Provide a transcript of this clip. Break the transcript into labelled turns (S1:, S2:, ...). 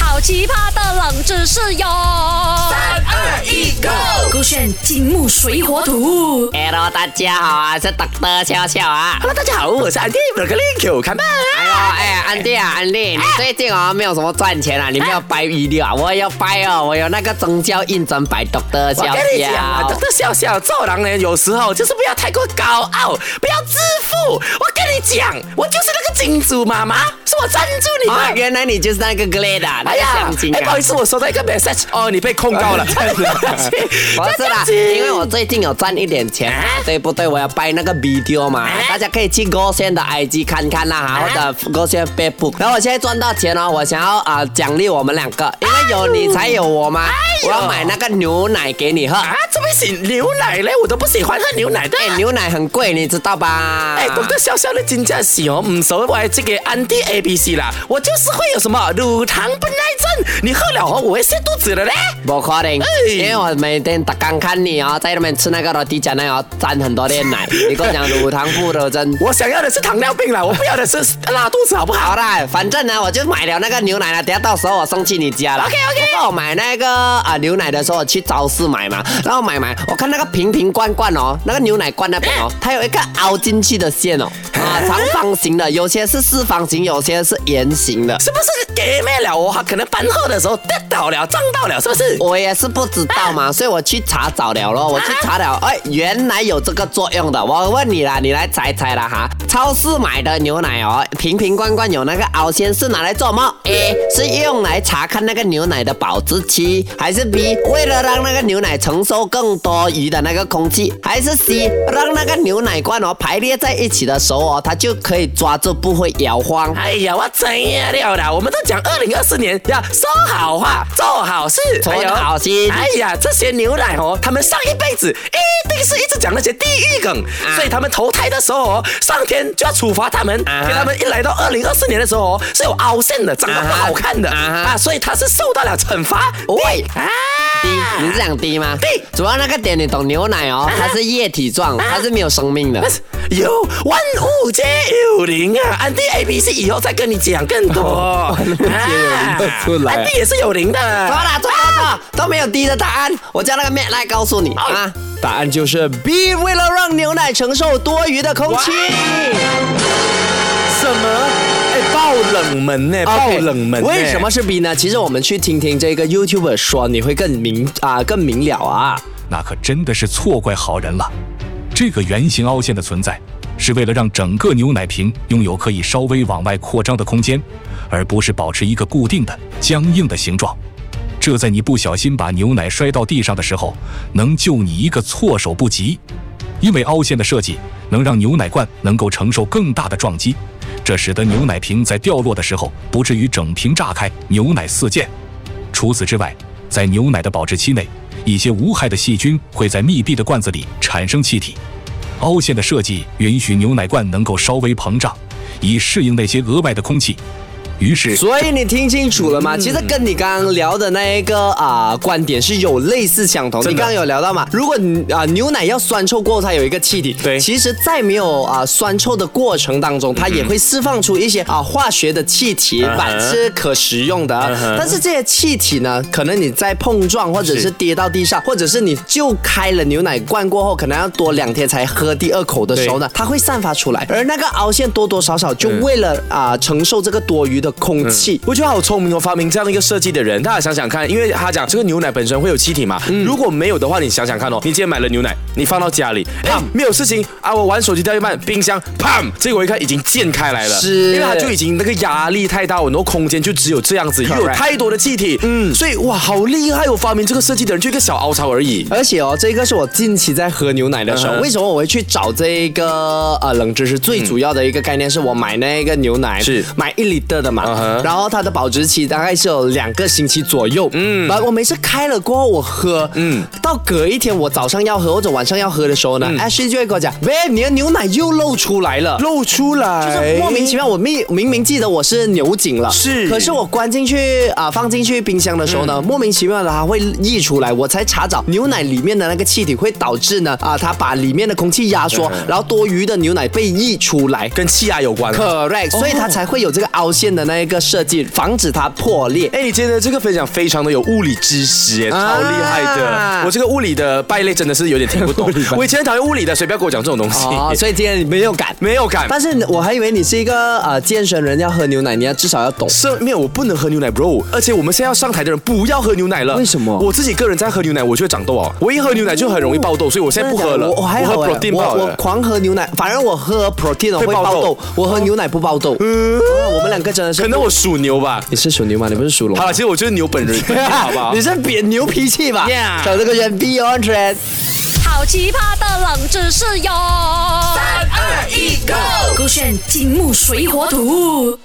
S1: 好奇葩的冷知识哟！三
S2: 二一，Go！
S1: 勾选金木水火土。
S3: Hello，大家好啊，是 Doctor 笑笑啊。
S2: Hello，大家好，我是安迪，我的 Link 看吧。
S3: 哎呦，哎，安迪啊，安迪，你最近哦没有什么赚钱啊？你没有掰医疗
S2: 哎
S3: 啊？我要掰哦，我有那个宗教印证摆 Doctor
S2: 我
S3: 笑
S2: 跟你讲啊
S3: 笑。
S2: ，Doctor 笑笑做人呢，有时候就是不要太过高傲，不要自负。我跟你讲，我就是那个金主妈妈，是我赞助你
S3: 啊，
S2: 的。
S3: 原来你就是那个 Glad 啊，那个相亲
S2: 哎，不
S3: 啊
S2: 好意。思，我收到一个 message，哦，你被控告 了，对
S3: 不
S2: 不
S3: 是啦，因为我最近有赚一点钱啊，对不对？我要拍那个 video
S2: 啊
S3: 嘛，大家可以去勾线的 IG 看看啦、哈，或者勾线 Facebook。然后我现在赚到钱了、我想要啊、呃奖励我们两个，因为有你才有我嘛。我要买那个牛奶给你喝，
S2: 哎啊，这边写牛奶嘞，我都不喜欢喝牛奶的。
S3: 哎、牛奶很贵，你知道吧？
S2: 哎，懂得小小的真正是哦，唔熟我这个安迪 A B C 啦，我就是会有什么乳糖不耐症，你喝了哦，我会泻肚子的嘞。
S3: 不可能，
S2: 哎
S3: 因为我每天打刚看你哦，在那边吃那个罗迪加奶哦，沾很多的奶，你跟我讲乳糖不得症。
S2: 我想要的是糖尿病啦，我不要的是拉肚子，好不好
S3: 好？啦，反正呢，我就买了那个牛奶了，等下到时候我送去你家了。
S2: OK，OK
S3: 不过我买那个啊、牛奶的时候，我去超市买嘛，然后买买，我看那个瓶瓶罐罐哦，那个牛奶罐那边哦，它有一个凹进去的线哦，啊，长方形的，有些是四方形，有些是圆形的。
S2: 是不是给妹了我？可能搬货的时候跌倒了、撞到了，是不是？
S3: 我也是不知道嘛，所以我去查找了咯，我去查了，哎，原来有这个作用的。我问你啦，你来猜猜啦哈。超市买的牛奶哦，瓶瓶罐罐有那个凹陷是拿来做么？A 是用来查看那个牛奶的保质期，还是 B 为了让那个牛奶承受更多余的那个空气，还是 C 让那个牛奶罐哦排列在一起的时候哦，它就可以抓住不会摇晃。
S2: 哎呀，我怎样了啦？我们都讲二零二四年要说好话、做好事、
S3: 存
S2: 还有
S3: 好心
S2: 哎呀，这些牛奶哦，他们上一辈子一定是一直讲那些地狱梗，
S3: 啊
S2: 所以他们投胎的时候哦，上天就要处罚他们，
S3: 啊哈
S2: 给他们一来到二零二四年的时候哦，是有凹陷的，长得不好看的
S3: 啊哈啊哈
S2: 啊，所以他是受到了惩罚。
S3: 喂
S2: 啊！
S3: 低，你是讲低吗？
S2: 低
S3: 主要那个点你懂牛奶哦，它是液体状，它是没有生命的。
S2: 啊有万物皆有灵啊！安迪 A B C 以后再跟你讲更 多。万物皆
S3: 灵都出来
S2: 安迪也是有灵的。
S3: 错了错了错了，都没有低的答案，我叫那个 Matt 来告诉你啊。答案就是 B，为了让牛奶承受多余的空气。
S2: 什么？哎，爆冷门呢、爆
S4: OK，
S2: 冷门、
S4: 为什么？是 B 呢？其实我们去听听这个 YouTuber 说，你会更明啊、更明了啊。
S5: 那可真的是错怪好人了。这个圆形凹陷的存在，是为了让整个牛奶瓶拥有可以稍微往外扩张的空间，而不是保持一个固定的僵硬的形状。这在你不小心把牛奶摔到地上的时候，能救你一个措手不及。因为凹陷的设计能让牛奶罐能够承受更大的撞击，这使得牛奶瓶在掉落的时候不至于整瓶炸开，牛奶四溅。除此之外，在牛奶的保质期内，一些无害的细菌会在密闭的罐子里产生气体。凹陷的设计允许牛奶罐能够稍微膨胀，以适应那些额外的空气。于是，
S4: 所以你听清楚了吗？
S2: 嗯
S4: 其实跟你刚刚聊的那一个啊、观点是有类似相同。你
S2: 真的
S4: 刚刚有聊到嘛？如果你啊、牛奶要酸臭过后，它有一个气体。
S2: 对嗯
S4: 其实，在没有啊、酸臭的过程当中，它也会释放出一些啊、化学的气体，
S2: 啊
S4: 板是可食用的。但是这些气体呢，可能你在碰撞或者是跌到地上，或者是你就开了牛奶罐过后，可能要多两天才喝第二口的时候呢，它会散发出
S2: 嗯
S4: 来。而那个凹陷多多少少就为了啊、承受这个多余的空气。
S2: 我觉得好聪明哦，发明这样的一个设计的人。大家想想看，因为他讲这个牛奶本身会有气体嘛，如果没有的话，你想想看哦，你今天买了牛奶，你放到家里，哎，没有事情啊，我玩手机掉一半，冰箱砰，结果一看已经溅开来了，
S4: 是
S2: 因为它就已经那个压力太大，我然后空间就只有这样子，又有
S4: Correct
S2: 太多的气体，嗯，所以哇，好厉害哦，发明这个设计的人就一个小凹槽而已。
S4: 而且哦，这个是我近期在喝牛奶的时候，
S2: 嗯
S4: 为什么我会去找这个呃冷知识？最主要的一个概念是我买那个牛奶
S2: 是
S4: 买一里的的嘛
S2: 嗯哼
S4: 然后它的保质期大概是有两个星期左右。嗯，然后我每次开了过后我喝，嗯，到隔一天我早上要喝或者晚上要喝的时候呢、a
S2: 嗯
S4: s h l e y 就会跟我讲，喂，你的牛奶又漏出来了。
S2: 露出来，
S4: 就是莫名其妙，我明明明记得我是牛颈了，
S2: 是嗯
S4: 可是我关进去啊、放进去冰箱的时候呢，莫名其妙的它会溢出来，我才查找牛奶里面的那个气体会导致呢啊、它把里面的空气压缩，然后多余的牛奶被溢出来。
S2: 嗯跟气压有关啊。
S4: Correct，所以它才会有这个凹陷的
S3: 那一个设计，防止它破 裂。
S2: 哎，你今天的这个分享非常的有物理知识耶，超厉害的！
S3: 啊
S2: 我这个物理的败类真的是有点听不 懂。我以前很讨厌物理的，谁不要跟我讲这种东西？
S3: 哦，所以今天你没有敢。
S2: 没有感，
S3: 但是我还以为你是一个呃健身人，要喝牛奶，你要至少要懂。
S2: 是没有，我不能喝牛奶，bro。而且我们现在要上台的人不要喝牛奶了。
S3: 为什么
S2: 我自己个人在喝牛奶，我就会长痘哦。我一喝牛奶就很容易爆痘，所以我现在不喝了。
S3: 我我还好
S2: 喝
S3: 哎
S2: protein 爆
S3: 我我
S2: 了。
S3: 狂喝牛奶，反正我喝 protein 我
S2: 会
S3: 会
S2: 爆
S3: 爆
S2: 痘呃
S3: 痘，我喝牛奶不爆痘。嗯，我们两个真的是，
S2: 可能我属牛吧。
S3: 你是属牛吗？你不是属龙？
S2: 好。了，其实我就是牛本人，好不好
S3: 你是扁牛脾气吧
S2: Yeah
S3: 找这个人 be honest。
S1: 好奇葩的冷知识哟！三二一，Go！勾选金木水火土。